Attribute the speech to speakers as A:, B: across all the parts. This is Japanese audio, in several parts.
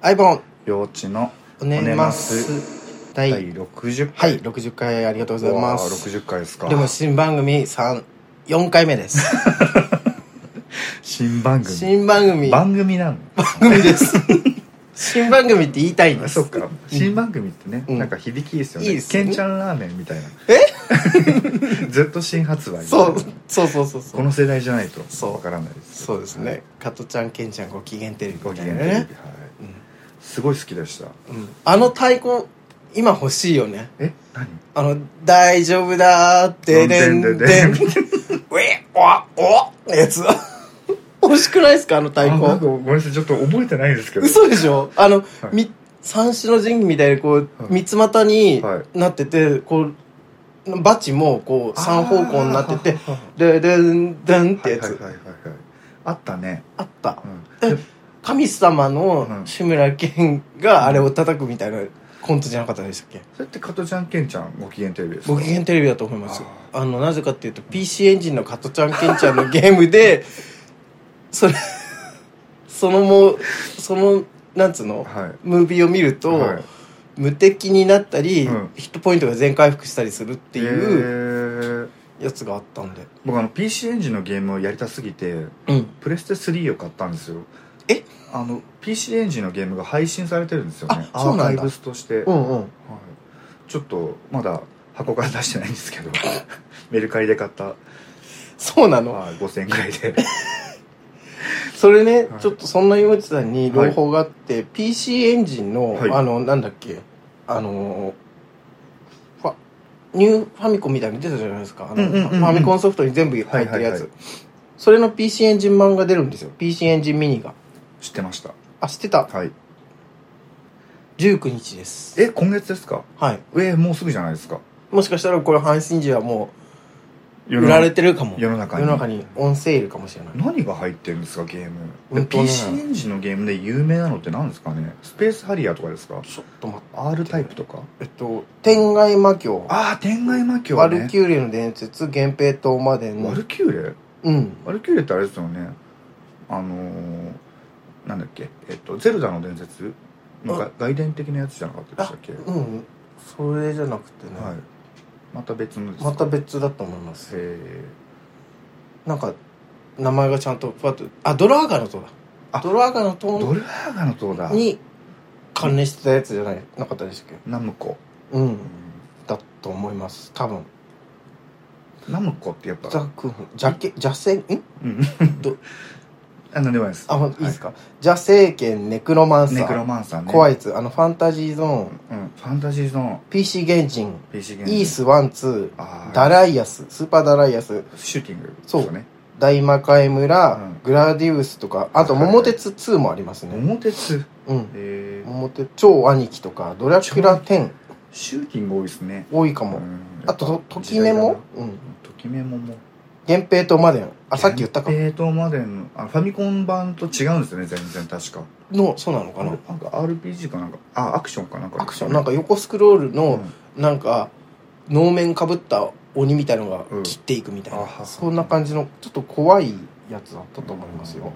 A: アイボン
B: 領地の
A: おねます第
B: 第60
A: はい
B: 回
A: 60回ありがとうございます
B: わあ60回ですか
A: でも新番組34回目です
B: 新番組
A: 新番組番
B: 番組なの
A: 組です新番組って言いたいんで
B: あ
A: す
B: そっか新番組ってね、
A: うん
B: なんか響きいいですよね
A: いいですよね
B: ケンちゃんラーメンみたいな
A: え
B: ずっと新発売みたい
A: そ
B: な
A: うそうそうそうそ
B: こ
A: う
B: の世代じゃない
A: そ
B: と
A: う
B: わからないです
A: そうですね加トちゃんケンちゃんご機嫌テレビ
B: ご
A: み
B: 機
A: た
B: 嫌
A: いな
B: テレビ、はい
A: ね、
B: すごい好きでした
A: うん、あの太鼓今欲しいよね
B: え何
A: あの「大丈夫だー」ででんでんで ん
B: でんでん
A: ウェおおのやつ 欲しくないですかあの太
B: あなんか
A: 鼓
B: ごめんなさいちょっと覚えてないですけど
A: 嘘でしょあの、
B: はい
A: み三種の神器みたいにこう、
B: はい
A: 三つ股に
B: は
A: なっててこうバチもこう三方向になってて「ででんでん」ってやつ、
B: はいはいはいはいはいあったね、
A: あった
B: うん、で
A: 神様
B: う
A: の
B: ん
A: 志村けんがあれを叩くみたいなコントじゃなかったでしたっけ
B: それって加トちゃんケンちゃんご機嫌テレビですか
A: ご機嫌テレビだと思いますよ
B: あ
A: あのなぜかっていうと PC エンジンの加トちゃんケンちゃんのゲームでそれそのもうそのなんつうの
B: はい
A: ムービーを見ると、
B: はい
A: 無敵になったり、
B: うん
A: ヒットポイントが全回復したりするっていう
B: う、
A: やつがあったんで、
B: 僕あの PC エンジンのゲームをやりたすぎて
A: うん
B: プレステ3を買ったんですよ
A: え
B: あの PC エンジンのゲームが配信されてるんですよね
A: あそうなんだ
B: アーカイブスとして、
A: う
B: はい、
A: んうん
B: ちょっとまだ箱から出してないんですけど メルカリで買った、
A: そうなの
B: まあ、5000円ぐら いで
A: それね、
B: はい
A: ちょっとそんな岩内さんに朗報があって、PC エンジンの、
B: はい
A: あのなんだっけあのファニューファミコンみたいに出たじゃないですかあの、
B: うんうんうんうん
A: ファミコンソフトに全部入ってるやつ、
B: はいはいはい
A: それの PC エンジン版が出るんですよ PC エンジンミニが
B: 知ってました
A: あ知ってた
B: はい
A: 19日です
B: え今月ですか
A: はい
B: えもうすぐじゃないですか
A: もしかしたらこれ配信時はもう売られてるかも
B: 世の中に
A: 世の中にオンセールかもしれない
B: 何が入ってるんですかゲーム、
A: うんとね
B: PC エンジンのゲームで有名なのって何ですかねスペースハリアーとかですか
A: ちょっと待って
B: R タイプとか
A: えっと天外魔境
B: ああ天外魔境
A: ワ
B: ね
A: ルキューレの伝説源平島までの
B: ワルキューレ
A: うん
B: ワルキューレってあれですよねあのー、なんだっけえっと「ゼルダの伝説」のが外伝的なやつじゃなかったでしたっけ、はい
A: うんそれじゃなくてね、
B: また別のです
A: また別だと思います
B: え
A: なんか名前がちゃんとふわっとあドラーガの塔だ
B: あ
A: ドラーガの
B: ー、ド
A: 塔
B: ルハーガの塔だ
A: に関連してたやつじゃないなかったでしたっ
B: ナムコ、
A: けうん
B: うん
A: だと思います多分
B: ナムコってやっぱ
A: ザクフ邪け邪聖ん
B: うん
A: ど
B: あ何でもないです
A: あほんいいですか、邪聖剣ネクロマンサ
B: ネク
A: ー、
B: ロマンサーね
A: 怖いやつあのファンタジーゾーン
B: うん、ファンタジーゾーン
A: PC 原人
B: PC ゲーム
A: イースワンツ
B: あ
A: ー
B: ー
A: ダライアススーパーダライアス
B: シューティング
A: そう
B: ですよね
A: 大魔界村、
B: うん
A: グラディウスとかあと桃鉄2もありますね、
B: 桃鉄
A: うん
B: えー、
A: 桃鉄超兄貴とかドラキュラ10
B: シューティング多いですね
A: 多いかも、
B: うん
A: あととときめも、うん、
B: ときめもも
A: 源平とマデンあさっき言ったか
B: えーとまでのあファミコン版と違うんですよね全然確か
A: のそうなのか
B: な
A: なん
B: か RPG かなんかあアクションかなんか
A: アクションなんか横スクロールの
B: うん
A: なんか能面かぶった鬼みたいのが
B: うん
A: 切っていくみたいな、
B: あはは
A: そんな感じのちょっと怖いやつだったと思いますよ、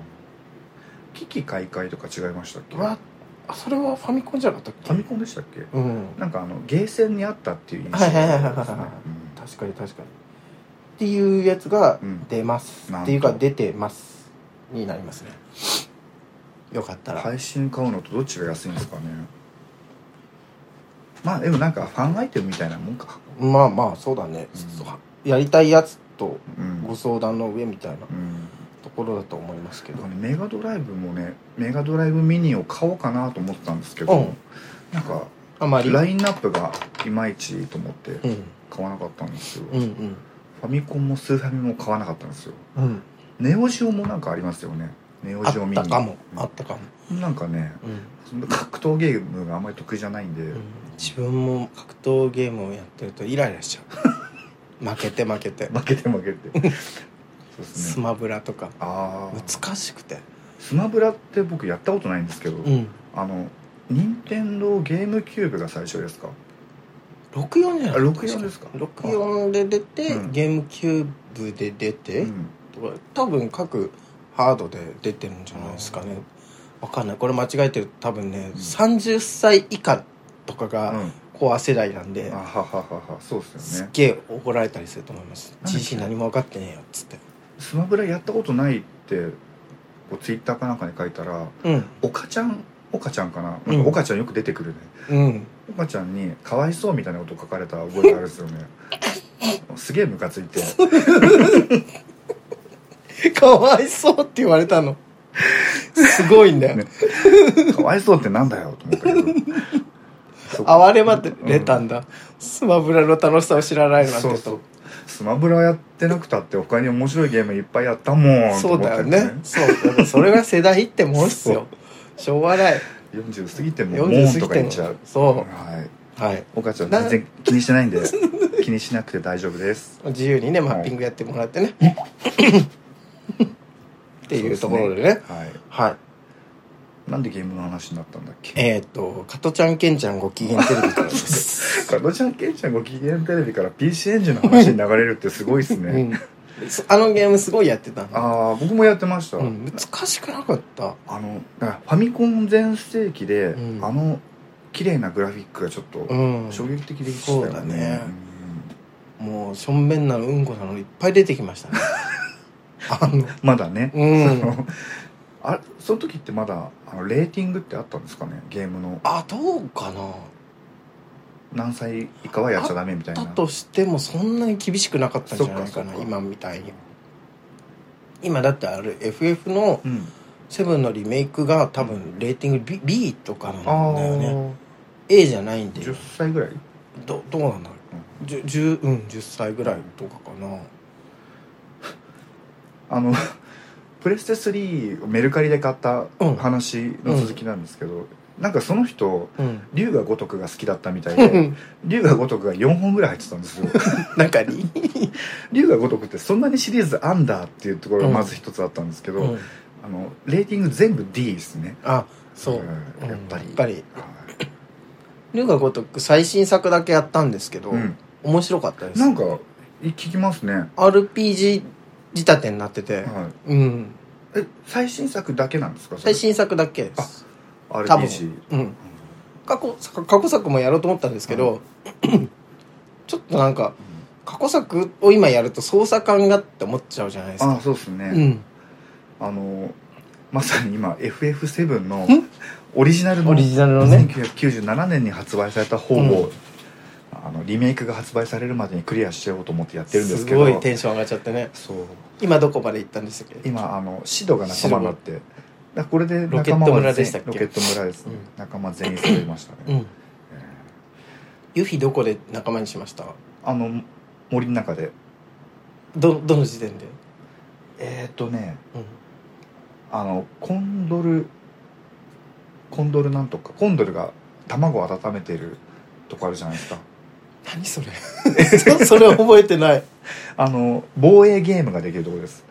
B: 危機開会とか違いましたっけ
A: うわあそれはファミコンじゃなかったっ
B: フ
A: け
B: ァミコンでしたっけ
A: うん
B: なんかあのゲーセンにあったっていう印象
A: はいはいはいはいはい
B: ですね
A: 確かに確かにっていうやつが
B: うん
A: 出ます、
B: なんと
A: っていうか出てますになりますね よかった
B: うん
A: ら、
B: 配信買うのとどっちが安いんですかねまあでもなんかファンアイテムみたいなもんか
A: まあまあそうだね、
B: うん
A: そうやりたいやつと
B: うん
A: ご相談の上みたいな
B: うん
A: ところだと思いますけ
B: な
A: ど
B: んかねメガドライブもねメガドライブミニを買おうかなと思ったんですけど、
A: うん
B: なんか
A: あまり、うん、
B: ラインナップがいまいちと思って
A: うん
B: 買わなかったんですよ、
A: う
B: フ
A: ん
B: ァミコンもスーファミも買わなかったんですよ
A: うん
B: ネオジオもなんかありますよねネオ
A: あっ
B: ジオミニ
A: たかも
B: うん
A: あったかも、
B: なんかね
A: うん
B: その格闘ゲームがあんまり得意じゃないんで、
A: うん自分も格闘ゲームをやってるとイライラしちゃ う負けて負けて
B: 負けて負けてそうです
A: ス
B: ね
A: マブラとか
B: ああ
A: 難しくて
B: スマブラって僕やったことないんですけど、
A: うん
B: あの任天堂ゲームキューブが最初ですか
A: 64じゃない
B: あ64ですか
A: 64で出て、
B: うん
A: ゲームキューブで出て、
B: うん
A: 多分各ハードで出てるんじゃないですかねわかんないこれ間違えてる多分ね、30歳以下とか
B: う
A: が
B: ん
A: コア世代なんで、
B: あははははそうです
A: す
B: よ
A: っ
B: ね
A: げえ怒られたりすると思います
B: なんだっけ
A: じじい何も分かってねえよっつって
B: スマブラやったことないってこうツイッターかなんかに書いたら
A: うん
B: 「おかちゃんおかちゃんかな」
A: うん
B: なんかおかちゃんよく出てくるね
A: うん
B: おかちゃんに「かわいそう」みたいなこと書かれた覚えがあるんですよ ねすげえムカついて
A: かわいそうって言われたの。すごいんだよ。
B: ね「かわいそうってなんだよ」と思ったけ どそう
A: 哀れまで出たんだ。スマブラの楽しさを知らないなんて
B: そう
A: と。
B: そ
A: そう
B: スマブラやってなくたって他に面白いゲームいっぱいやったもん
A: う
B: と思っ
A: だ
B: た
A: よね。そう。だからそれが世代ってもんっすよ。 しょうがない。
B: 40過ぎてもも
A: 40
B: ん
A: 過
B: と
A: ぎ
B: か
A: て
B: 言
A: も
B: っちゃう
A: そ。
B: はいう
A: はい。
B: お母ちゃん
A: な
B: 全然気にし てないんで気にしなくて大丈夫です
A: 自由にね、マッピングやってもらって ね。っていうところでね。
B: は
A: はい。
B: いなんでゲームの話になったんだっけ
A: えっ、と、加トちゃん、ケンちゃんご機嫌テレビからです。
B: 加トちゃんケンちゃんご機嫌テレビから PC エンジンの話に流れるってすごいっす
A: う
B: ね、
A: ん。あのゲームすごいやってたの。
B: ああ僕もやってました、
A: うん、難しくなかった。
B: あのだからファミコン全盛期で、
A: うん
B: あの綺麗なグラフィックがちょっと
A: うん。
B: 衝撃的でしたよね,
A: そう
B: うん、
A: だねもうしょんべんなのうんこなのいっぱい出てきました ねあの
B: まだね、
A: う
B: そ
A: ん
B: のあその時ってまだあのレーティングってあったんですかねゲームの
A: あどうかな
B: 何歳以下はやっちゃダメみたいな
A: だとしてもそんなに厳しくなかったんじゃない
B: そ
A: か
B: っか
A: な
B: そっか
A: 今みたいに今だってあれ FF の
B: うん
A: 7のリメイクが多分レーティング B, B とかなんだ
B: ああ、
A: よね A じゃないんで
B: 10歳ぐらい
A: どどうなんだろう 10, 10うん、10歳ぐらいとかかな
B: あの プレステ3をメルカリで買った
A: うん
B: 話の続きなんですけど、なんかその人
A: うん
B: 龍が如くが好きだったみたいで龍が如くが4本ぐらい入ってたんです よ
A: 中に、
B: 龍が如くってそんなにシリーズあんだっていうところがまず一つあったんですけど、
A: うん、
B: あのレーティング全部 D ですね
A: あそう、
B: んやっぱり、
A: うんやっぱり
B: はい
A: 龍が如く最新作だけやったんですけど、
B: うん
A: 面白かったです
B: なんかい聞きますね、は
A: RPG 仕立てになってて、
B: い、
A: うん
B: え最新作だけなんですかそ
A: 最
B: れ
A: 新作だけです多分
B: RPG
A: うん過去作過去作もやろうと思ったんですけど、 ちょっとなんか過去作を今やると操作感がって思っちゃうじゃないですか
B: ああそうですね、
A: うん
B: あのまさに今 FF7 のオリジナルの
A: オリジナルのね
B: 1997年に発売された方を、あのリメイクが発売されるまでにクリアしようと思ってやってるんです
A: す
B: けど
A: ごいテンション上がっちゃってね
B: そう
A: 今どこまで行ったんでしたっけ
B: 今あのシドが仲間になってだからこれで
A: ロケ
B: 仲
A: ッ
B: 間
A: ト
B: は
A: 村
B: 全
A: でしたっけ
B: ロケット村ですね、
A: うん
B: 仲間全員揃いましたね、
A: うん
B: え
A: ユフィどこで仲間にしました
B: ーあの森の中で
A: どどの時点で、
B: えー、っとね
A: うん
B: あのコンドルコンドルなんとかコンドルが卵を温めてるとこあるじゃないですか
A: 何それ そそれ覚えてない
B: あの防衛ゲームができるところです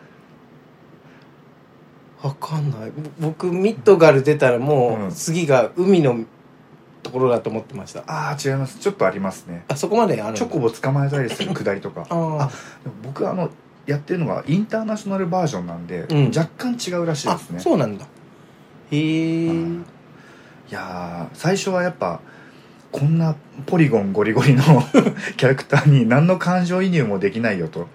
A: わかんないぼ僕ミッドガル出たらもう、
B: うん
A: 次が海のところだと思ってました
B: ああ違いますちょっとありますね
A: あそこまであるんだ
B: チョコボ捕まえたりするくだりとか
A: あ
B: でも僕あのやってるのがインターナショナルバージョンなんで、
A: うん
B: 若干違うらしい
A: あ、
B: ですね
A: そうなんだへえ、
B: うんいやー最初はやっぱこんなポリゴンゴリゴリの キャラクターに何の感情移入もできないよと
A: う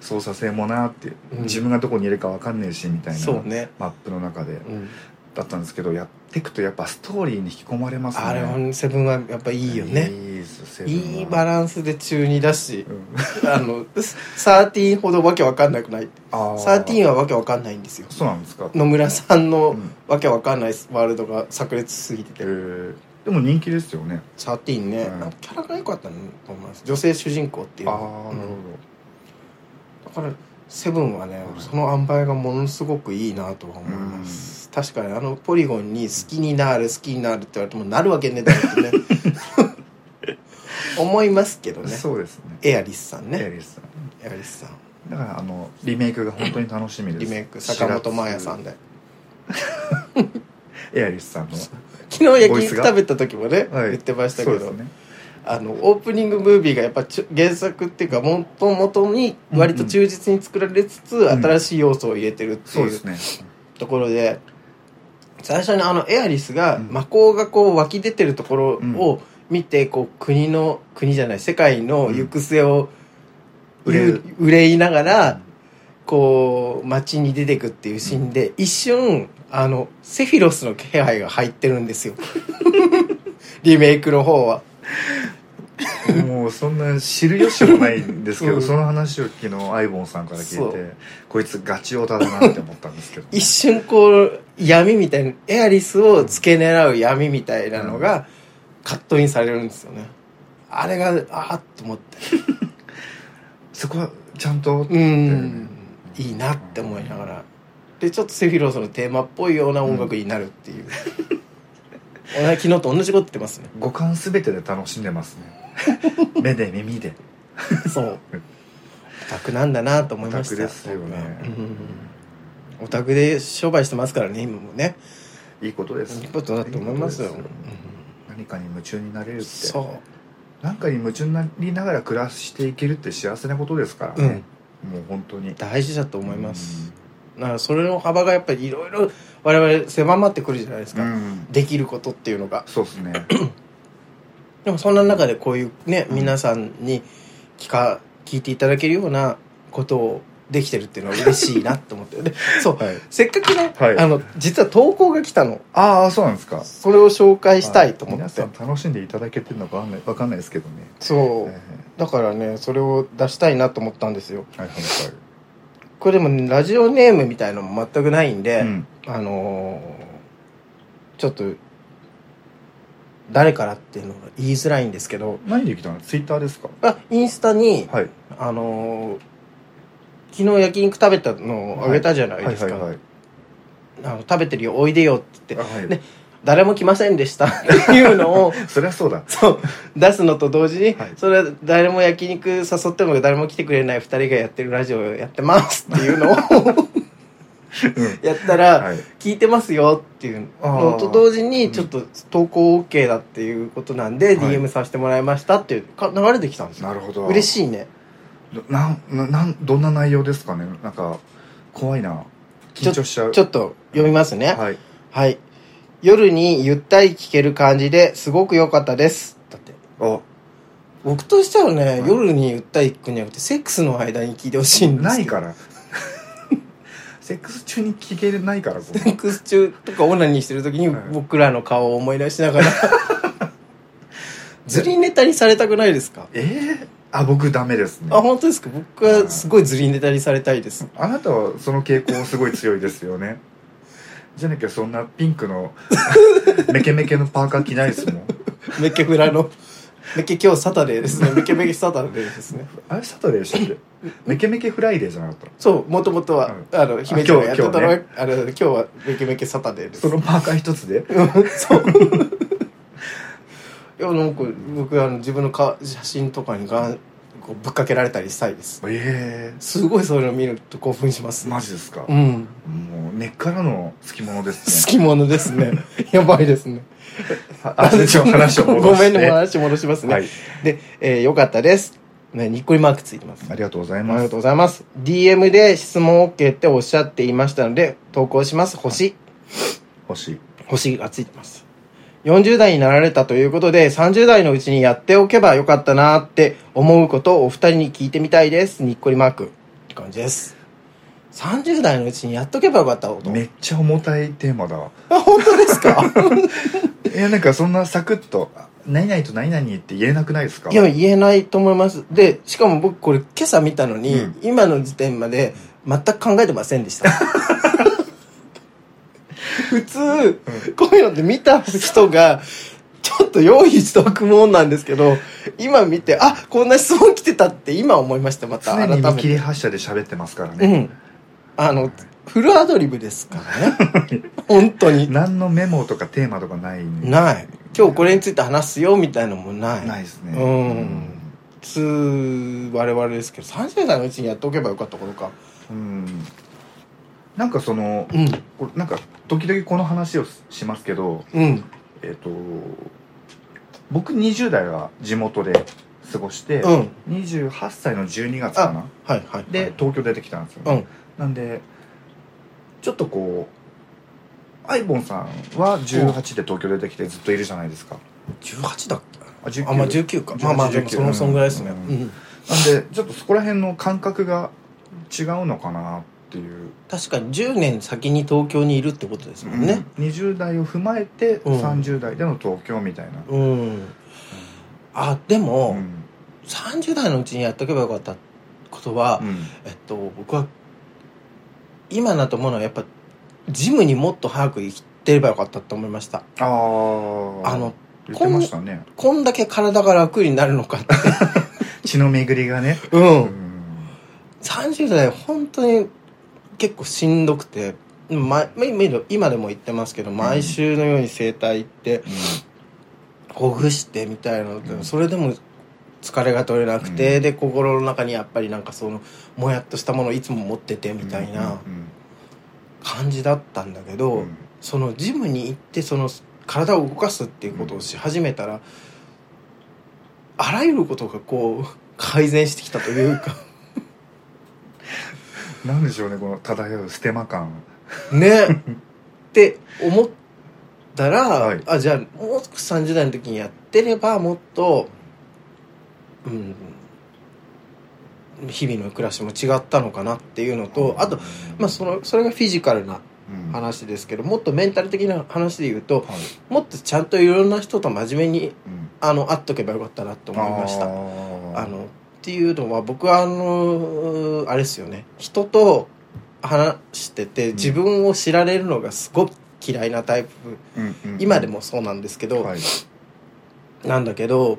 B: 操作性もなーって、
A: うん
B: 自分がどこにいるか分かんねえしみた
A: ん、
B: いな
A: そうね、
B: マップの中で
A: うん、
B: だったんですけどやっていくとやっぱストーリーに引き込まれますね
A: あれはセブンはやっぱいいよね
B: いいですセブンはい
A: いバランスで中2だし
B: うん
A: あの13ほどわけわかんなくない
B: あー
A: 13はわけわかんないんですよ
B: そうなんですか、
A: 野村さん
B: う
A: の
B: ん
A: わけわかんないワールドが炸裂しすぎて
B: え
A: て
B: ーでも人気ですよね
A: 13ね、
B: うん
A: なんかキャラが良かったのと思います女性主人公っていう
B: ああ
A: の
B: ーなるほど、
A: だからセブンはね、
B: うん
A: その塩梅がものすごくいいなとは思います、確かにあのポリゴンに好きになる好きになるって言われてもなるわけ ねえだろってね思いますけどね
B: そうですね
A: エアリスさん
B: エ
A: ね
B: リスさん
A: エアリスさん
B: だからあのリメイクが本当に楽しみです
A: リメイク坂本真綾さん
B: 4
A: で
B: 月エアリスさんの
A: 昨日焼
B: ボイ
A: き
B: ス
A: 肉
B: が
A: 食べた時もね、
B: はい
A: 言ってました
B: そ
A: け
B: うで
A: ど、
B: すね
A: あのオープニングムービーがやっぱちょ原作っていうかもともとに割と忠実に作られつつ、
B: ん
A: 新しい要素を入れてるって
B: そう
A: い
B: で
A: う
B: すね
A: ところで最初にあのエアリスが
B: うん
A: 魔法がこう湧き出てるところを見てこう国の国じゃない世界の行く末を
B: うん憂う
A: 憂いながらこう街に出てくっていうシーンで一瞬あのセフィロスの気配が入ってるんですよ リメイクの方は
B: もうそんな知る由もないんですけど、
A: うん
B: その話を昨日アイボンさんから聞い
A: そ
B: てこいつガチオタだなって思ったんですけど、
A: 一瞬こう闇みたいなエアリスを付け狙う闇みたいなのがカットインされるんですよねあれがああと思って
B: そこはちゃんと、
A: うんいいなって思いながらでちょっとセフィロスのテーマっぽいような音楽になるって いう、同じ昨日と同じこと言ってますね
B: 五感全てで楽しんでま すね目で耳で
A: そうオタクなんだなと思いました
B: オタクですよね
A: 僕はうんオタクで商売してますからね今もね
B: いいことです
A: いいことだと思いますよ
B: いいことです何かに夢中になれ
A: う
B: る
A: ん
B: って
A: そ
B: 何かに夢中になりながら暮らしていけるって幸せなことですから
A: う、うん
B: ね、、もう本当に
A: 大事だと思います、だからそれの幅がやっぱりいろいろ我々狭まってくるじゃないです
B: うん、
A: か、
B: うん
A: できることっていうのが
B: そうですね
A: でもそんな中でこういうね、皆さんに聞か聞いていただけるようなことをできてるっていうのは嬉しいなと思ってでそう
B: はい
A: せっかくね、
B: はい
A: あの実は投稿が来たの
B: ああそうなんですか
A: それを紹介したいと思
B: 皆
A: って、
B: さん楽しんでいただけてるのかわかんないわかんないですけどね
A: そう、
B: はいはい
A: だからねそれを出したいなと思ったんですよ
B: はいはい
A: これでもね、ラジオネームみたいのも全くないんで、
B: はいうん
A: あのーちょっと誰からっていうのが言いづらいんですけど
B: 何で来たのツイッターですか
A: あインスタに、
B: はい
A: あのー昨日焼肉食べたのをあげたじゃない
B: はい
A: です
B: はい
A: か
B: はい
A: あの食べてるよおいでよって言って
B: あはい
A: ね誰も来ませんでしたっていうのを
B: そりゃそうだ
A: そう出すのと同時に、
B: はい
A: それは誰も焼肉誘っても誰も来てくれない2人がやってるラジオやってますっていうのを
B: うん
A: やったら、
B: はい
A: 聞いてますよっていうのと同時にちょっと投稿 OK だっていうことなんで
B: はい
A: DM させてもらいましたっていうか流れてきたんですよ
B: なるほど
A: 嬉しいね
B: どなんななんどんな内容ですかねなんか怖いな緊張しちゃう
A: ちょっと読みますね
B: はい
A: はい夜にゆったり聞ける感じですごく良かったですだって
B: あ
A: 僕としてはね、
B: い
A: 夜にゆったり聞くんじゃなくてセックスの間に聞いてほしいんです
B: ない
A: けど
B: から セックス中に聞けないから こ
A: セックス中とかオナニーしてる時に
B: はい
A: 僕らの顔を思い出しながらずりネタにされたくないですか
B: えー、あ僕ダメですね
A: あ本当ですか僕はすごいずりネタにされたいです
B: あなたはその傾向すごい強いですよねじゃなきゃそんなピン クのメケメケのパーカー着ないですもん
A: メケフラのメケ今日サタデーですねメケメケサタデーですね
B: あれサタデーでしたっけメケメケフライデーじゃなかっ
A: そうもともとは、あの姫ちゃんがやってたのは
B: 今
A: 今日,、あの今日はメケメケサタデーで
B: た
A: す
B: そのパーカー一つで
A: うん そういやなんか僕あの自分のか写真とかにがんこうぶっかけられたりしたいです
B: ええ
A: すごいそういうの見ると興奮します、
B: ー、マジですか、
A: うん
B: もう根っからの好き者です
A: 好
B: ね
A: き者ですね やばいですね
B: はあちょっと話を戻して
A: ごめんね話戻しますね、
B: はい
A: で、えーよかったです、ね、にっこりマークついてます
B: ありがとうござい
A: あり
B: ま
A: が
B: す
A: とうございます。DM で質問 OK っておっしゃっていましたので、投稿します。星。
B: 欲しい
A: 星がついてます。40代になられたということで、30代のうちにやっておけばよかったなって思うことをお二人に聞いてみたいです。にっこりマーク。って感じです。30代のうちにやっとけばよかったこと。
B: めっちゃ重たいテーマだわ
A: あ、本当ですか
B: いやなんかそんなサクッと「何々と何々」って言えなくないですか
A: いや、言えないと思います。で、しかも僕これ今朝見たのに、
B: うん
A: 今の時点まで全く考えてませんで した。普通、こういうのって見た人が、ちょっと用意しておくもんなんですけど、今見て、あ、こんな質問来てたって今思いました、また
B: 常
A: 改
B: に見
A: め
B: 切
A: て。
B: り発車で喋ってますから
A: う
B: ね、
A: ん。あの、フルアドリブですから ね。本当に。
B: 何のメモとかテーマとかない
A: ない。今日これについて話すよ、みたいのもない。
B: ないですね
A: う普通、我々ですけど、30代のうちにやっておけばよかったことか。
B: うん、うんなんかその
A: うん。
B: これなんか時々この話をしますけど
A: うん。
B: えっ、と僕20代は地元で過ごして、
A: うん。はい
B: 28歳の12月かな
A: はいはい。
B: で東京出てきたんですよ、
A: うん。
B: なんでちょっとこうアイボンさんは18で東京出てきてずっといるじゃないですか
A: 18だっけ
B: あ19
A: あまあ19かまあまあでもそのそんぐらいですね、
B: うん
A: うん
B: なんでちょっとそこら辺の感覚が違うのかなっていう、
A: 確かに10年先に東京にいるってことですもんね
B: うん20代を踏まえて
A: うん
B: 30代での東京みたいな、
A: うん、あでも、
B: うん
A: 30代のうちにやっとけばよかったことは、
B: うん
A: えっと僕は今だと思うのはやっぱジムにもっと早く行ってればよかったと思いました
B: ああ
A: あの
B: 言ってましたね
A: こんだけ体が楽になるのかって
B: 血の巡りがね、
A: う
B: うんん、
A: 30代本当に結構しんどくてま今今でも言ってますけど毎週のように整体行ってほぐしてみたいなのって、
B: うん
A: それでも疲れが取れなくて、
B: うん
A: で心の中にやっぱりなんかそのもやっとしたものをいつも持っててみたいな感じだったんだけど、
B: うんうん
A: そのジムに行ってその体を動かすっていうことをし始めたら、あらゆることがこう改善してきたというか
B: なんでしょうねこの漂うステマ感
A: ねって思ったら、
B: はい
A: あじゃあもう少し30代の時にやってればもっとうん日々の暮らしも違ったのかなっていうのとあと、まあ、そのそれがフィジカルな
B: うんはい
A: 話ですけどもっとメンタル的な話で言うともっとちゃんといろんな人と真面目に
B: うん
A: あの会っとけばよかったなと思いました
B: あ
A: あ
B: ー
A: のっていうのは僕はあのあれですよね人と話してて
B: ん
A: 自分を知られるのがすごく嫌いなタイプ、
B: うんうんうん
A: 今でもそうなんですけど、
B: はい
A: なんだけど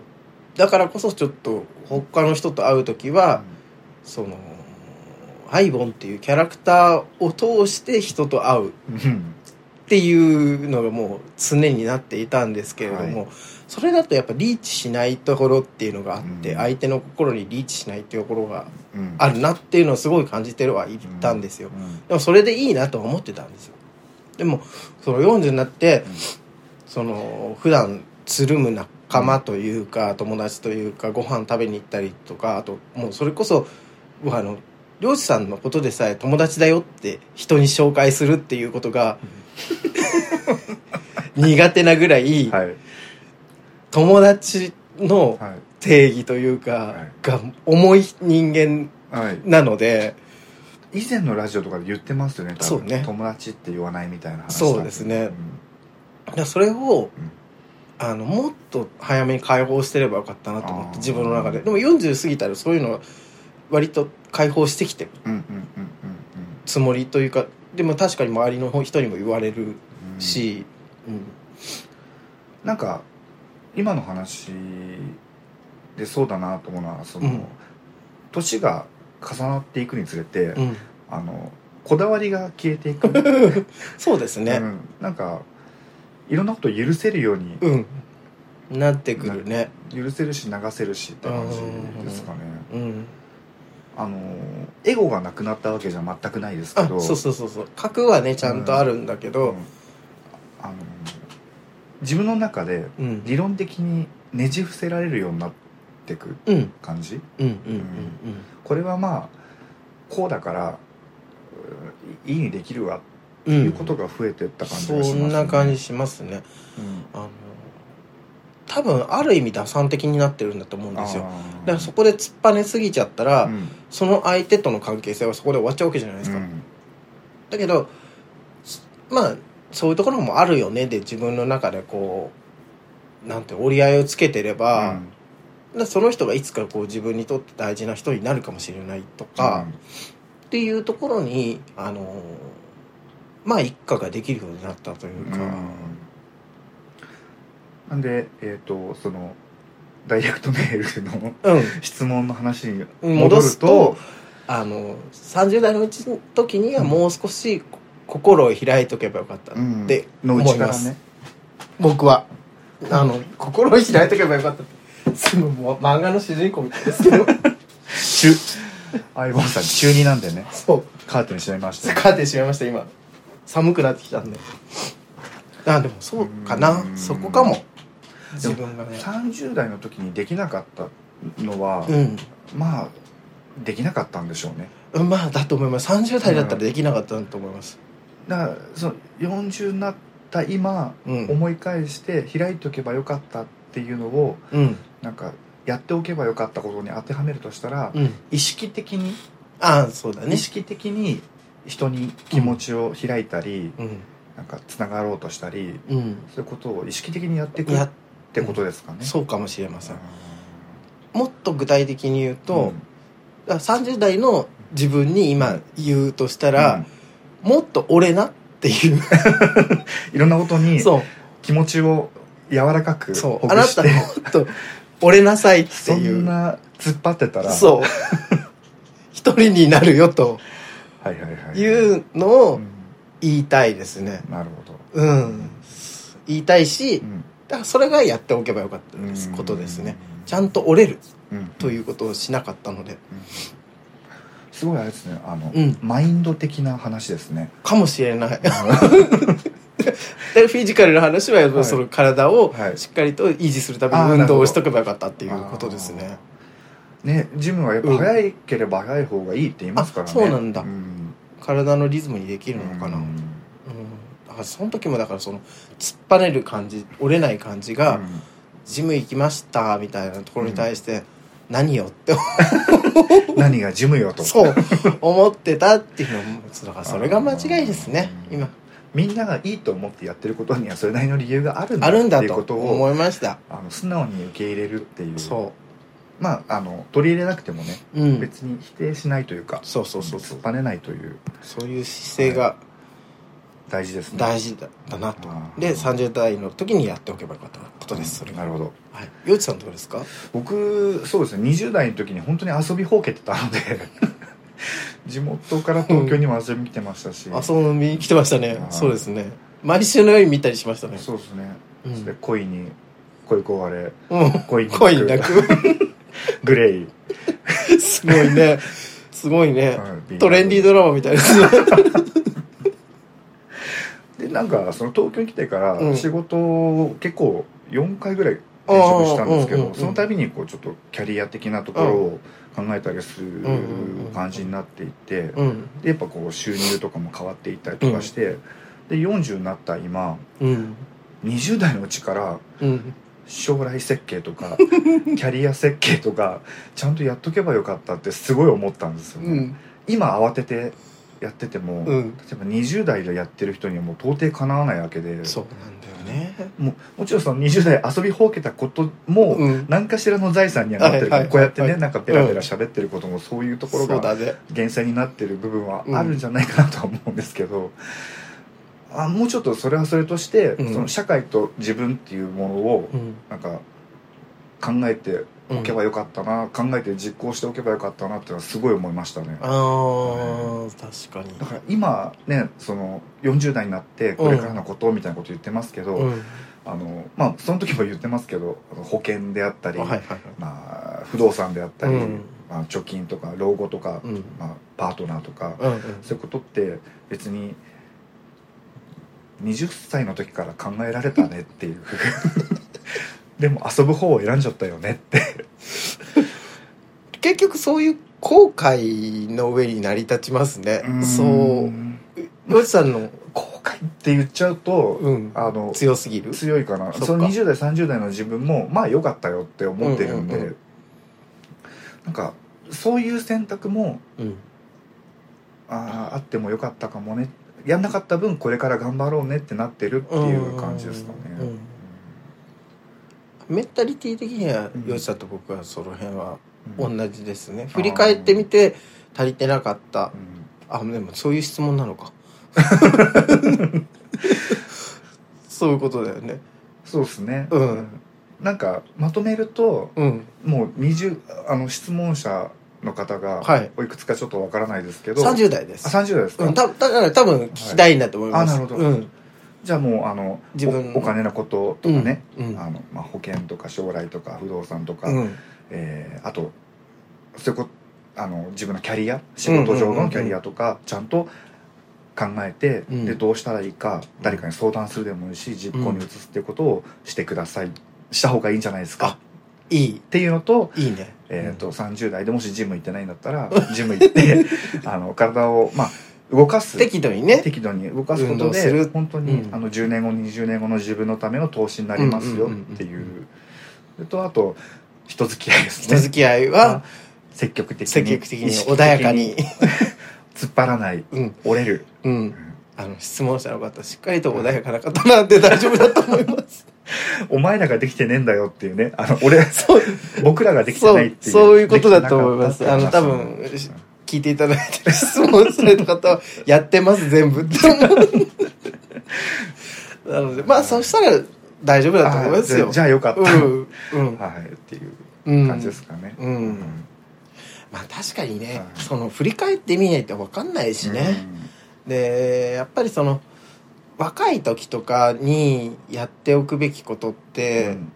A: だからこそちょっと他の人と会う時は、そのアイボンっていうキャラクターを通して人と会う
B: うん
A: っていうのがもう常になっていたんですけれども、
B: は
A: それだとやっぱリーチしないところっていうのがあって、
B: うん
A: 相手の心にリーチしないっていうところが
B: うん
A: あるなっていうのをすごい感じてるはいたんですよ、
B: うん
A: でもそれでいいなとは思ってたんですよでもその40になって、
B: うん
A: その普段つるむ仲間というか、友達というかご飯食べに行ったりとかあともうそれこそ僕あの漁師さんのことでさえ友達だよって人に紹介するっていうことが苦手なぐらい
B: はい
A: 友達の
B: はい
A: 定義というか
B: はい
A: が重い人間
B: はい
A: なので
B: 以前のラジオとかで言ってますよね多分
A: そうね
B: 友達って言わないみたいな話
A: そうですねだからそれを
B: うん
A: あのもっと早めに解放してればよかったなと思っ
B: あ
A: て
B: ー
A: 自分の中ででも40過ぎたらそういうのは割と解放してきてる
B: うんうんうんうんうん
A: つもりというかでも確かに周りの人にも言われる
B: うんうん
A: し、うん
B: なんか今の話でそうだなと思うのはその、
A: うん
B: 年が重なっていくにつれて、
A: うん
B: あのこだわりが消えて いく、
A: そうです
B: う
A: ね
B: んなんかいろんなことを許せるように
A: うん、なってくるね
B: 許せるし流せるしって感じですかね、
A: うん
B: あのエゴがなくなったわけじゃ全くないですけ
A: あ
B: ど
A: そうそうそうそう核はねちゃんとあるんだけ
B: う
A: ど
B: んあの自分の中で
A: うんうん
B: 理論的にねじ伏せられるようになってく
A: うん
B: 感じ
A: うんうんうん
B: これはまあこうだからうんいいにできるわっ
A: うん
B: ていうことが増えてった感じがします、
A: そ
B: ね、
A: んな感じ
B: じ、
A: しますねあの多分ある意味打算的になってるんだと思うんですよだからそこで突っぱねすぎちゃったら、
B: うん
A: その相手との関係性はそこで終わっちゃうわけじゃないですか、
B: うん
A: だけどすまあそういうところもあるよねで自分の中でこうなんて折り合いをつけてれば、だからその人がいつかこう自分にとって大事な人になるかもしれないとか、っていうところにあのーまあ一家ができるようになったという
B: うん
A: か、
B: なんでえっ、とそのダイレクトメールの
A: う ん、
B: 質問の話に戻
A: 戻
B: る
A: す
B: と
A: とあの30代のうちの時にはもう少しこ心を開いとけばよかった
B: うん
A: って
B: の
A: 思
B: う
A: い
B: ちか
A: ま
B: ら
A: す、
B: ね
A: 僕はあの 心を開いとけばよかったってすぐもう漫画の主人公みたいです けど
B: 中相棒さん中二なんで ね
A: そう
B: カーテン閉めました
A: カーテン閉めました今寒くなってきたんであでもそうかな
B: うん
A: そこかも自分がね
B: 30代の時にできなかったのは、
A: う
B: まあできなかったんでしょうね
A: んまあだと思います30代だったらできなかったなと思います
B: だからその40になった今、
A: うん
B: 思い返して開いとけばよかったっていうのを
A: うん
B: なんかやっておけばよかったことに当てはめるとしたら、
A: うん
B: 意識的に
A: ああそうだね
B: 意識的に人に気持ちを開いたり、
A: うん
B: なんかつながろうとしたり
A: うん
B: そういうことを意識的にやっていく
A: い
B: っ
A: や
B: てことですかね。
A: そうかもしれません
B: あ
A: もっと具体的に言う
B: ー
A: と、だから30代の自分に今言うとした
B: うん
A: ら、もっと俺なっていう
B: いろんなことに
A: そ
B: 気持ちを柔らかく
A: うそ
B: ほ
A: うあ
B: ぐ
A: な
B: したて
A: もっと俺なさいって
B: そ
A: いうん
B: な突っ張ってたら
A: そう一人になるよと
B: はいはいはい
A: いうの
B: う
A: を
B: ん
A: 言いたいですね
B: なるほど、
A: うん言いたいし
B: うん
A: だからそれがやっておけばよかったです
B: うん
A: ことですねちゃんと折れる
B: うん
A: ということをしなかったのです
B: ごいあれですねあの、
A: うん
B: マインド的な話ですね
A: かもしれない でフィジカルの話はやっぱりその体を
B: はい
A: しっかりと維持するため
B: あーな
A: に
B: る
A: 運
B: ほど
A: 動をしとけばよかったっていうことですね
B: あーねジムはやっぱ早ければ早い方がいいって言いますからね
A: あそうなんだ
B: うん
A: 体のリズムにできるのかな、
B: う
A: うん
B: ん
A: だからその時もだからその突っぱねる感じ折れない感じが、
B: うん
A: ジム行きましたみたいなところに対して、何よって思
B: 何がジムよと
A: そう思ってたっていうの もだからそれが間違いですね
B: うん
A: 今
B: みんながいいと思ってやってることにはそれなりの理由があるんだ
A: あるん
B: っ
A: だ
B: ていう
A: と
B: こと
A: 思
B: を
A: いました
B: あの素直に受け入れるっていう
A: そ
B: まああの取り入れなくてもね、
A: ううん
B: 別に否定しないというか
A: そうそうそうそ
B: 突
A: う
B: っぱねないという
A: そういう姿勢が
B: 大事ですね
A: 大事だだなと
B: うん
A: で30代の時にやっておけばよかったことですそれ
B: な
A: が
B: るほど
A: はい洋一さんどうですか
B: 僕そうですね20代の時に本当に遊びほうけてた ので地元から東京にも遊びに来てましたし、
A: 遊びに来てましたね
B: うん
A: そうですね毎週のように見たりしましたね
B: そうですね、
A: うん
B: そして恋に恋こわれ
A: うん
B: 恋に
A: 恋に 泣く
B: グレイ、
A: すごいねすごいね
B: うん
A: トレンディードラマみたい ですね
B: でなんかその東京に来てか
A: う
B: ら
A: ん
B: 仕事を結構4回ぐらい転職したんですけ
A: うんうんうん
B: ど
A: うん
B: その度にこうちょっとキャリア的なところを考えたりする
A: んうんうん
B: 感じになっていて、
A: うん
B: でやっぱこう収入とかも変わっていったりとかして、で40になった今
A: うん
B: 20代のうちから
A: うん
B: 将来設計 とかキャリア設計とかちゃんとやっとけばよかったってすごい思ったんですよね、
A: うん
B: 今慌ててやってても、
A: う
B: 例
A: ん
B: えば20代でやってる人にはもう到底かなわないわけで
A: そうなんだよね
B: もうもちろんその20代遊びほうけたことも、
A: うん
B: 何かしらの財産にはなってるけど、
A: はいはいはい
B: こうやってね
A: はい
B: なんかペラペラ喋ってることもそういうところ
A: そう
B: が
A: だね
B: 厳選になってる部分はあるんじゃないかなとは思うんですけど、あもうちょっとそれはそれとして、
A: うん
B: その社会と自分っていうものを
A: うん
B: なんか考えておけばよかったな、考えて実行しておけばよかったなっていうのはすごい思いましたね。
A: あー確かに
B: だから今ねその40代になってこれからのことみたいなこと言ってますけど、
A: うん
B: あのまあ、その時も言ってますけどあの保険であったり、
A: はいはいはい
B: まあ、不動産であったり、
A: うん
B: まあ、貯金とか老後とか、
A: うん
B: まあ、パートナーとか、
A: うんうん
B: そういうことって別に20歳の時から考えられたねっていう でも遊ぶ方を選んじゃったよねって
A: 結局そういう後悔の上に成り立ちますねそうロシさんの、
B: 後悔って言っちゃうと、
A: うん、
B: あの
A: 強すぎる
B: 強いかな
A: そっか
B: その20代30代の自分もまあ良かったよって思ってるんで、
A: うんうんう
B: なんかそういう選択も
A: うん
B: あーあっても良かったかもねやんなかった分これから頑張ろうねってなってるっていう感じですかね、
A: うんうんメンタリティ的には
B: うん
A: ヨシさんと僕はその辺は
B: う
A: 同
B: ん
A: じですね、振り返ってみて足りてなかった
B: うん
A: あでもそういう質問なの かそういうことだよね
B: そうですね、
A: うん
B: なんかまとめると
A: うん
B: もう20あの質問者の方が、
A: はい
B: おいくつかちょっとわからないですけど
A: 30代で
B: あ
A: す
B: 30代ですか、
A: うん、ただから多分聞きたいんだと思います、
B: はいあなるほど
A: うん
B: じゃあもうあの
A: 自分
B: おお金のこととかね、
A: うんうん
B: あのまあ、保険とか将来とか不動産とか、
A: うん
B: えーあとそういうこあの自分のキャリア仕事上のキャリアとか、ちゃんと考えて、
A: うん
B: でどうしたらいいか誰かに相談するでもいいし実行に移すっていうことをしてください、した方がいいんじゃないです
A: あ
B: か
A: いい
B: っていうのと,、
A: いいね
B: えー、と30代でもしジム行ってないんだったらジム行ってあの体をまあ動かす
A: 適度にね
B: 適度に動かすこ
A: 運動
B: と
A: す
B: で
A: る
B: 本当に、
A: うん
B: あの10年後20年後の自分のための投資になります
A: うんう
B: よっ
A: んうんうん
B: ていうそれとあと人付き合いです
A: 人
B: ね
A: 付き合いは
B: 積極的に
A: 積極的
B: 意
A: に
B: 識
A: 穏やかに
B: 突っ張らない
A: うん
B: 折れる
A: うんあの質問者の方しっかりと穏やかな方なんで大丈夫だと思います
B: お前らができてねえんだよっていうねあの 俺
A: そう
B: 僕らができて
A: そ
B: ないっ
A: う
B: ていう
A: そういうことだと思います
B: できて
A: あ
B: なか
A: の
B: った
A: 多
B: っていう話
A: 分聞いていただいてる質問された方はやってます全部って思 うなのでまあそしたら大丈夫だと思います
B: あじゃ
A: よ
B: あじゃあよかった、
A: うんうん
B: はいっていう
A: うん
B: 感じですかね
A: うんまあ確かにね
B: はい
A: その振り返ってみないと分かんないしね、でやっぱりその若い時とかにやっておくべきことっ
B: う
A: て、
B: ん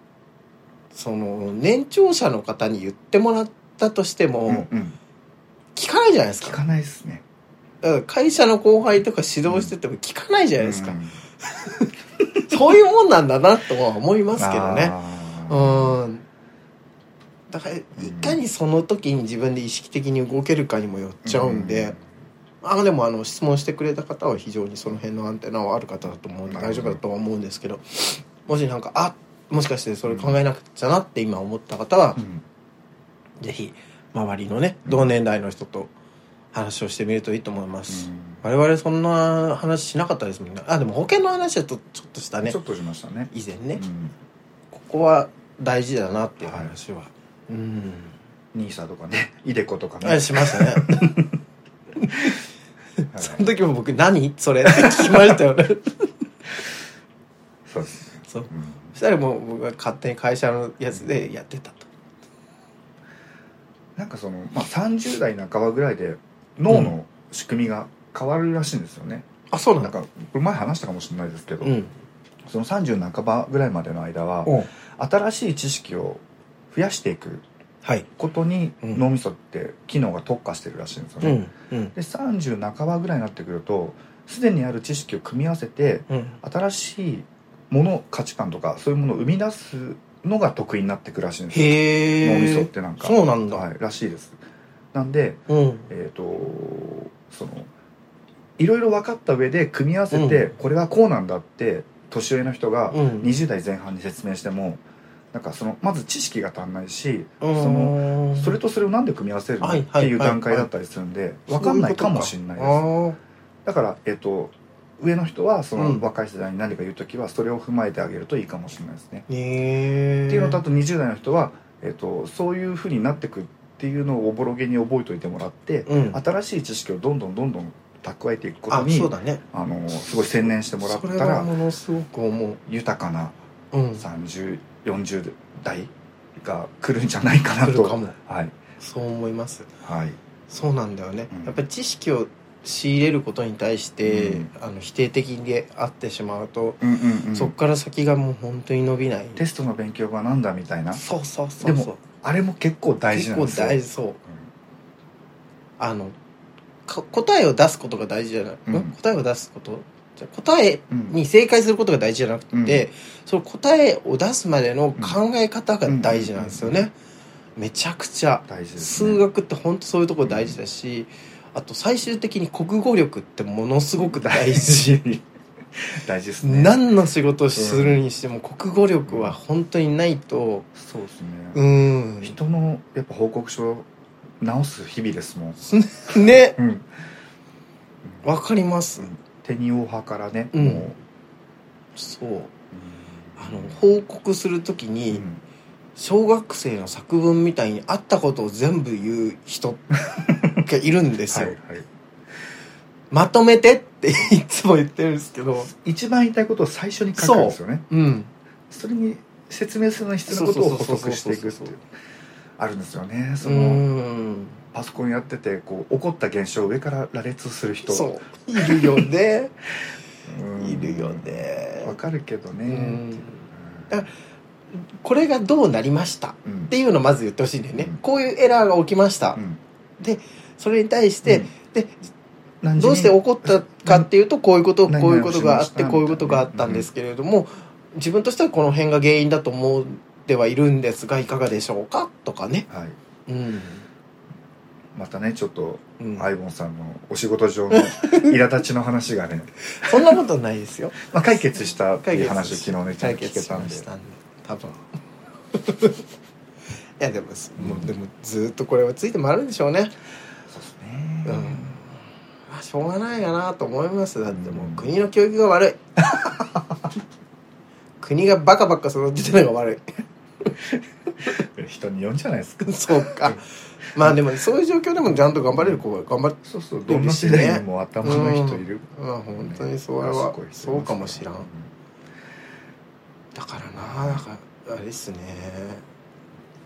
A: その年長者の方に言ってもらったとして
B: う
A: も、
B: んうん
A: 聞かないじゃないです
B: 聞
A: か
B: かないですね
A: だから会社の後輩とか指導してても聞かないじゃないですか、
B: うん
A: そういうもんなんだなとは思いますけどね
B: あ
A: う
B: ー
A: んだからいかにその時に自分で意識的に動けるかにもよっちゃうんで、あでもあの質問してくれた方は非常にその辺のアンテナはある方だと思うんで
B: なる
A: 大
B: ほど
A: 丈夫だとは思うんですけどもしなんかあもしかしてそれ考えなくちゃなって今思った方は
B: う、ん
A: ぜひ周りのね
B: うん
A: 同年代の人と話をしてみるといいと思います、
B: う
A: 我々そんな話しなかったですもんねあでも保険の話だとちょっとした
B: ん
A: ね
B: ちょっとしましたね
A: 以前ね、
B: うん
A: ここは大事だなっていう話は、うん
B: ニーサとかねイデコとかね
A: あしま したね
B: はい
A: その時も僕「何それ」って聞きましたよね
B: そうですね
A: そう
B: うん
A: そしたらもう僕が勝手に会社のやつでやってたと。
B: なんかそのまあ30代半ばぐらいで脳の仕組みが変わるらしいんですよね
A: あ、そう
B: なんかこれ前話したかもしれないですけど
A: うん。
B: その30半ばぐらいまでの間は
A: お
B: 新しい知識を増やしていく
A: はい。
B: ことに
A: うん
B: 脳みそって機能が特化してるらしいんですよ
A: う
B: ね、
A: ん。うん。
B: で30半ばぐらいになってくるとすでにある知識を組み合わせて
A: うん。
B: 新しいもの価値観とかそういうものを生み出すのが得意になってくるらしいんですよ
A: へえ。
B: 脳みそってなんか
A: そうなんだ。
B: はい、らしいですなんで
A: うん。
B: えっ、とそのいろいろ分かった上で組み合わせて、
A: う
B: これはこうなんだって年上の人が
A: うん
B: 20代前半に説明してもなんかそのまず知識が足んないし
A: そ
B: そのそれとそれをなんで組み合わせるのっ
A: はいはい
B: ていう
A: はい
B: 段階だったりするんで分かんないかもしれないです
A: あ
B: だから、えっと上の人はそ
A: うん
B: の若い世代に何か言う時はそれを踏まえてあげるといいかもしれないですね。
A: あ。へえ。
B: っていうのとあと20代の人は、えっとそういうふうになってくっていうのをおぼろげに覚えておいてもらって、
A: うん。
B: 新しい知識をどんどんどんどん蓄えていくこと
A: あ、
B: に
A: そうだね。
B: あのすごい専念してもらっ
A: そ
B: た
A: れは
B: ら
A: ものすごく思
B: 豊かな
A: う。うん。
B: 3040代が来るんじゃないかな
A: 来
B: と
A: るかも。
B: はい
A: そう思います。
B: はい
A: そうなんだよね
B: うん。
A: やっぱり知識を仕入れることに対して
B: うん、
A: あの、否定的であってしまうと、
B: うんうんうん
A: そっから先がもう本当に伸びない。
B: テストの勉強はなんだみたいな
A: そうそうそうそう。
B: でもあれも結構大事なんです
A: 結
B: よ
A: 構大事そうあのか答えを出すことが大事じゃない、
B: うん
A: ん答えを出すことじゃあ答え
B: うんうん
A: に正解することが大事じゃなくて、
B: うん
A: その答えを出すまでの考え方が大事なんですよね、
B: うん
A: めちゃくちゃ
B: 大事です、ね、
A: 数学って本当そういうとこ大事だし、あと最終的に国語力ってものすごく大 事
B: 大事ですね
A: 何の仕事をするにしても国語力は本当にないと
B: そうですね、
A: うん
B: 人のやっぱ報告書を直す日々ですもん、
A: ね
B: うん、
A: わかります
B: 手に大派からね、
A: うん
B: もう
A: そうあの報告するときに、
B: うん
A: 小学生の作文みたいにあったことを全部言う人がいるんです
B: はい
A: よ、
B: はい
A: まとめてっていつも言ってるんですけど
B: 一番言いたいことを最初に書くんですよね
A: うん
B: それに説明するのに必要なことを補足していくっ
A: そうそ
B: て
A: うそう
B: い
A: そう
B: うあるんですよね
A: う
B: その
A: ん
B: パソコンやっててこう起こった現象を上から羅列する人
A: そういるよ ね
B: うん
A: いるよね
B: わかるけどね
A: うん
B: っ
A: だ
B: ていう
A: からこれがどうなりましたっ
B: うん
A: ていうのをまず言ってほしいんだよね、
B: うん
A: こういうエラーが起きました、
B: うん
A: それに対して、で
B: うん
A: どうして起こったかっていうとこういうこと
B: 何
A: こういうことがあって
B: 何をしました
A: こういうことがあったんですけれども自分としてはこの辺が原因だと思ってはいるんですがいかがでしょうかとかね、
B: はい
A: うん、
B: またねちょっと、
A: うん
B: アイボンさんのお仕事上の苛立ちの話がね、
A: そんなことないですよ
B: まあ、解決したって
A: 解
B: いう
A: 決
B: 話を昨日ねちゃん
A: 解
B: と聞け
A: 決した
B: ん
A: ま
B: で
A: したんで多分 いやでも,、もうでもずっとこれはついて回るんでしょうね
B: そうですね、
A: うんまあしょうがないかなと思いますだってもう
B: うん
A: 国の教育が 悪い国がバカバカ育ててるのが悪
B: 人によるんじゃないですか
A: い そうかまあでもそういう状況でもちゃんと頑張れる子が頑張っ
B: そうそう
A: ど
B: ど
A: ん
B: ん
A: な
B: な
A: 世
B: 世
A: 代
B: 代
A: に
B: にも頭のいい人いる、
A: まあ本当にそれはそうかもしらんだからななんかあれっすね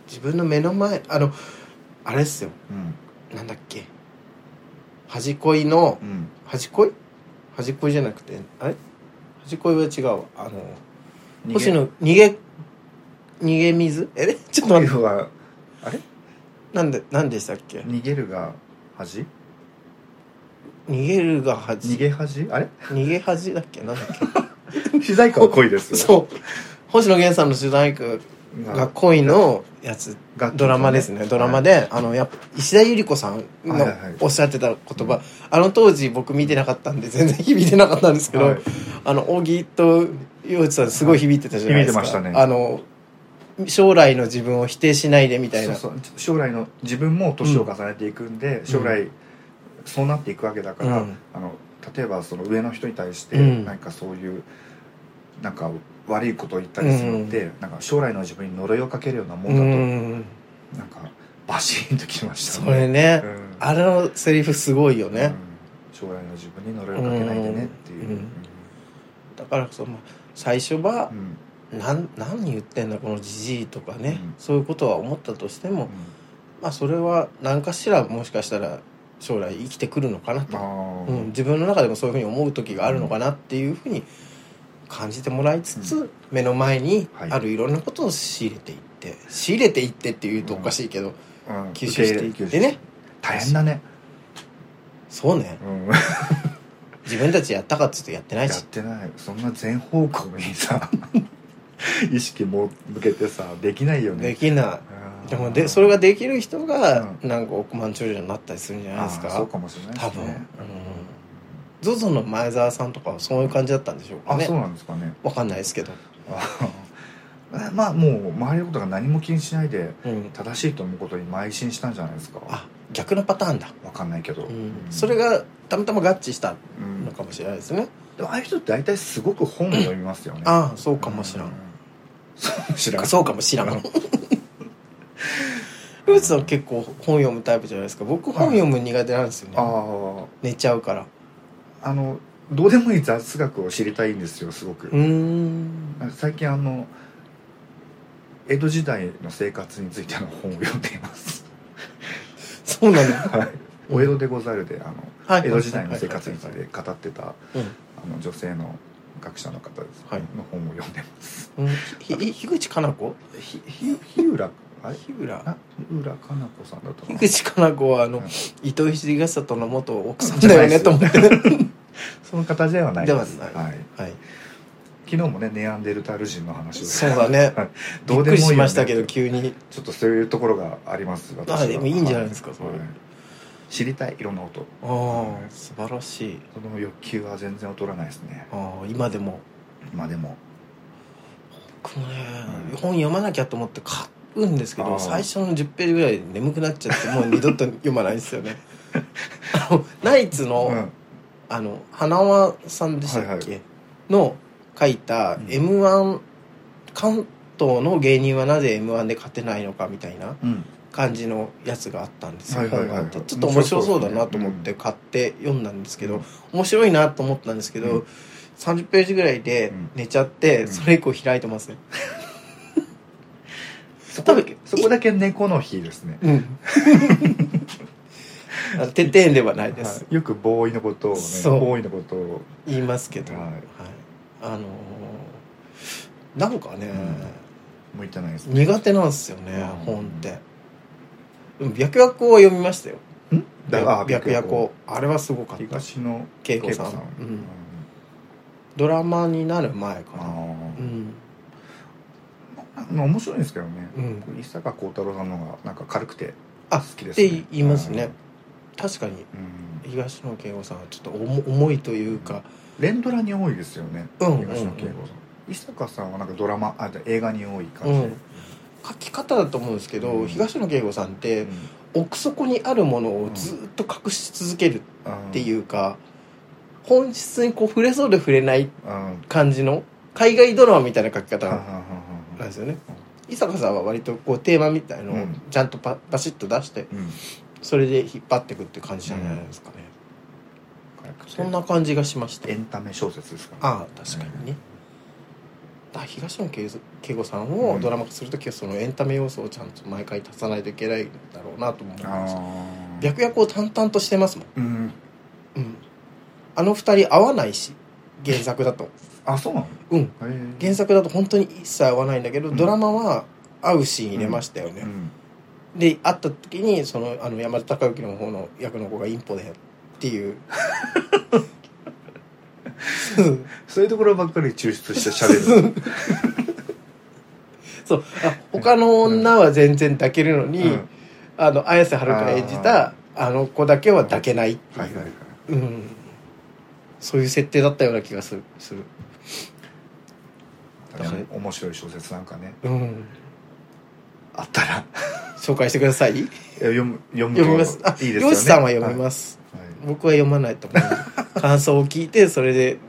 A: 自分の目の前あのあれっすよ
B: うん
A: なんだっけ端恋の
B: うん
A: 端恋端恋じゃなくてあれ端恋は違うわあの星野逃げ逃げ水えちょっと
B: 逃
A: 待
B: げ
A: って
B: るはあれ
A: なんでなんでしたっけ
B: 逃げるが 恥
A: 逃げるが
B: 逃
A: 恥
B: げ恥あれ
A: 逃げ恥だっけなんだっ
B: 取材歌は恋です
A: け
B: よ
A: そう星野源さんの主題歌が
B: が
A: 恋のやつ
B: 楽器
A: ドラマですね、ドラマで、あのやっぱ石田ゆり子さん
B: はい
A: の
B: はいはい
A: おっしゃってた言葉、あの当時僕見てなかったんで全然響いてなかったんですけど、
B: はい
A: あの小木と陽一さんすごい響いてたじゃないですか、
B: はい響いてましたね
A: あの将来の自分を否定しないでみたい
B: そ
A: な
B: うそうちょっと将来の自分も年を重ねていくんで、将来そうなっていくわけだから、
A: うん
B: あの例えばその上の人に対して
A: うん
B: 何かそういう、なんか悪いことを言ったりするのって、なんか将来の自分に呪いをかけるようなもんだと、
A: うん
B: なんかバシーンときました
A: それね、
B: うん
A: あれのセリフすごいよね、
B: うん将来の自分に呪いをかけないでねっていう、
A: うんだからその最初は
B: う、ん
A: なん何言ってんだこのじじいとかね、
B: うん
A: そういうことは思ったとしても、
B: うん
A: まあそれは何かしらもしかしたら将来生きてくるのかな
B: あ
A: と、
B: あ、
A: うん、自分の中でもそういうふうに思う時があるのかなっていうふうに感じてもらいつつ、
B: う
A: 目の前に
B: はい
A: あるいろんなことを仕入れていって仕入れていってっていうとおかしいけど、
B: うん
A: 吸収していってね
B: 大変だね、
A: そうね
B: うん
A: 自分たちやったかっつってやってない
B: やっ
A: して
B: ないそんな全方向にさ 意識も向けてさできないよ
A: で
B: ね
A: きな
B: あー
A: いでもでそれができる人が
B: う
A: なんか億万長者になったりするんじゃないですか
B: あーそうかもしれない
A: 多分、
B: ね
A: うん、ZOZO の前澤さんとかはそういう感じだったんでしょう
B: あ、
A: かね
B: そうなんですかね
A: わかんないですけど、
B: あーまあもう周りのことが何も気にしないで
A: うん、
B: 正しいと思うことに邁進したんじゃないですか
A: あ逆のパターンだ、
B: わかんないけど、
A: うん
B: うん
A: それ、がたまたま合致した
B: うん
A: のかもしれないですね、
B: でもああいう人って大体すごく本を読みますよね
A: ああそうかもしらん、
B: うそうかもしらん
A: そうかもしらん
B: うん
A: ルーツさん結構本読むタイプじゃないですか僕本読むの苦手なんですよね、
B: あ
A: 寝ちゃうから
B: ああのどうでもいい雑学を知りたいんですよすごく
A: うーん
B: 最近あの江戸時代の生活についての本を読んでいます、
A: そうなの
B: はい、お江戸でござるであの
A: は
B: 江戸時代の生活につい
A: はいは
B: て語ってた
A: いはい
B: あの女性の学者の方です、
A: はい
B: の本を読んでま
A: うんうんひひ樋口かな子
B: すひひ日浦あれ
A: 日浦
B: あ日浦かな子さんだったか
A: 樋
B: な
A: 口かな子はあの、
B: うん
A: 伊藤秀和里の元奥さんだよねと思ってる
B: その方ではないです
A: ではない
B: はい、
A: はい
B: 昨日もねネアンデルタール人の話を
A: そうだね
B: はい
A: び
B: ど
A: っ
B: うで
A: くり
B: もいいよ
A: し
B: ね
A: ましたけど急に
B: ちょっとそういうところがありますは
A: あでもいいんじゃないですかそれ
B: 知りたいいろんな音
A: ああ素晴らしい
B: その欲求は全然劣らないですね
A: ああ今でも
B: まあでも
A: 僕もね、
B: うん
A: 本読まなきゃと思って買うんですけ
B: あ
A: ど
B: あ
A: 最初の10ページぐらいで眠くなっちゃ ってもう二度と読まないですよねあのナイツの,、
B: うん
A: あの花輪さんでしたっけ、
B: はいは
A: の書いた
B: うん
A: 「m 1関東の芸人はなぜ m 1で勝てないのか」みたいな
B: うん
A: 感じのやつがあったんですよ、
B: はいはいはいはい
A: 本があってちょっと面白そうだなと思って買って読んだんですけど、面白いなと思ったんですけど、
B: うん
A: 30ページぐらいで寝ちゃって、
B: うん
A: それ以降開いてません、
B: そこだけそこだけ猫の日ですね
A: うん。 あのてっぺんではないです。
B: はいよくボーイのことをね
A: そう
B: ボーイのことを
A: 言いますけど、
B: はい
A: あのーなんかね、
B: 向いてないですね
A: 苦手なんですよね、
B: うん
A: 本って。でも白夜行は読みましたよ。
B: んだからあ
A: 白夜行。あれはすごかった。
B: 東の
A: 恵子さんう
B: うんん
A: ドラマになる前か
B: あ
A: な。うん。
B: あ面白いんですけどね
A: うん。
B: 伊坂幸太郎さんの方がなんか軽くて
A: あ
B: 好きです、
A: って言いますね確かに
B: うん、うん
A: 東野圭吾さんはちょっと重重いというか
B: 連ドラに多いですよね、
A: うん
B: 東野圭吾さん伊坂さんはなんかドラマあじゃあ映画に多い感
A: う
B: じ、
A: ん書き方だと思うんですけど、
B: うん
A: 東野圭吾さんっ
B: う
A: て
B: ん
A: 奥底にあるものをずっと隠し続けるって
B: う
A: いうか、本質にこう触れそうで触れない
B: ん、うん
A: 感じの海外ドラマみたいな書き
B: は
A: 方
B: はは
A: なんですよね伊坂さんは割とこうテーマみたいの
B: う
A: を
B: ん
A: ちゃんとパパシッと出して
B: うん
A: それで引っ張っていくって感じじゃないですかね、そんな感じがしました
B: エンタメ小説ですから、ね、
A: ああ確かにね、だから東野圭吾圭吾さんをドラマ化するときはそのエンタメ要素をちゃんと毎回足さないといけないんだろうなと思います
B: あー
A: 白夜行淡々としてますもん、
B: うん
A: うん、あの二人合わないし原作だと
B: あそうなの
A: うん
B: へー
A: 原作だと本当に一切合わないんだけど、
B: うん
A: ドラマは合うシーン入れましたよね、
B: うん
A: で会った時にそのあの山田孝之の方の役の子がインポでって いううん
B: そういうところばっかり抽出して喋 る
A: そうあ他の女は全然抱けるのに、
B: うん
A: あの綾瀬はるか演じたあの子だけは抱けないっていう、
B: はいはいはい
A: うん、そういう設定だったような気がするする、
B: 確かに面白い小説なんかね
A: うん、
B: あったらい
A: 紹介してください
B: や読む読むと
A: 読みますあ
B: いいですよね
A: 漁師さんは読みます、
B: はいはい
A: 僕は読まないと思う感想を聞いてそれで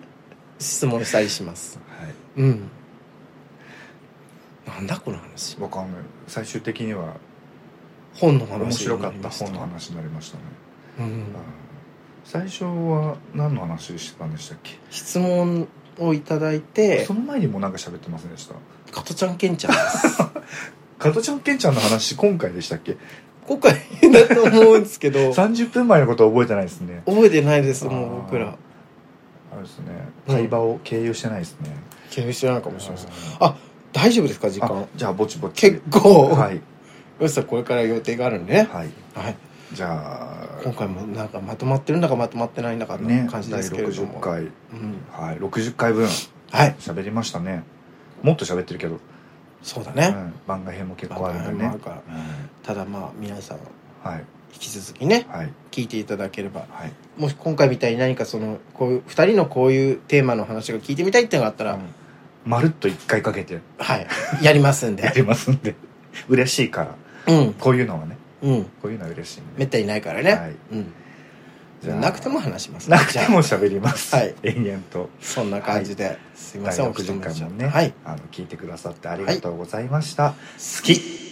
A: 質問したりします
B: はい
A: うんなんだこの話
B: わかんない最終的には
A: 本の話
B: 面白かっ
A: になりま
B: た
A: した
B: 本の話になりましたね
A: うん
B: あー最初は何の話してたんでしたっけ
A: 質問をいただいて
B: その前にもなんか喋ってませんでした
A: 加トちゃんケンちゃんです
B: 加トちゃんケンちゃんの話今回でしたっけ
A: 今回だと思うんですけど覚
B: 30分前のこと覚えてないですね
A: えてないですもう
B: あー
A: 僕ら
B: あれですね
A: うん
B: 会話を経由してないですね
A: 経由してないかもしれないです
B: あー
A: 大丈夫ですか時間
B: あじゃあぼちぼち
A: 結構、
B: はい
A: よしさんこれから予定があるんでね、
B: はい
A: はい、
B: じゃ
A: 今回もなんかまとまってるんだかまとまってないんだか
B: あ
A: って
B: ね
A: 感じで
B: 第
A: すけれども、
B: 60回
A: うん、
B: はい60回分
A: はい
B: 喋りましたねもっと喋ってるけど、
A: そうだ
B: う
A: ね、
B: ん、番外編も結構あるんだ
A: 番外編
B: ね
A: もあるから
B: う
A: ただまあ皆さん
B: んはい
A: 引き続きね
B: はい
A: 聞いていただければ
B: はい
A: もし今回みたいに何かそのこういう2人のこういうテーマの話が聞いてみたいっていうのがあったら、
B: うんまるっと一回かけて
A: はいやりますん
B: や
A: で
B: りますんで嬉しいから
A: うん
B: こういうのはね
A: うん
B: こういうのは嬉しいんで
A: めったにないからね、
B: はい
A: うん
B: じゃあ
A: なくても話します
B: なくて
A: じゃあ
B: も喋ります、
A: はい
B: 延々と
A: そんな感じで、すいま
B: 第
A: せんお口
B: 60
A: に
B: 回もね、
A: はい
B: あの聞いてくださってありがとうございました、好
A: 好
B: き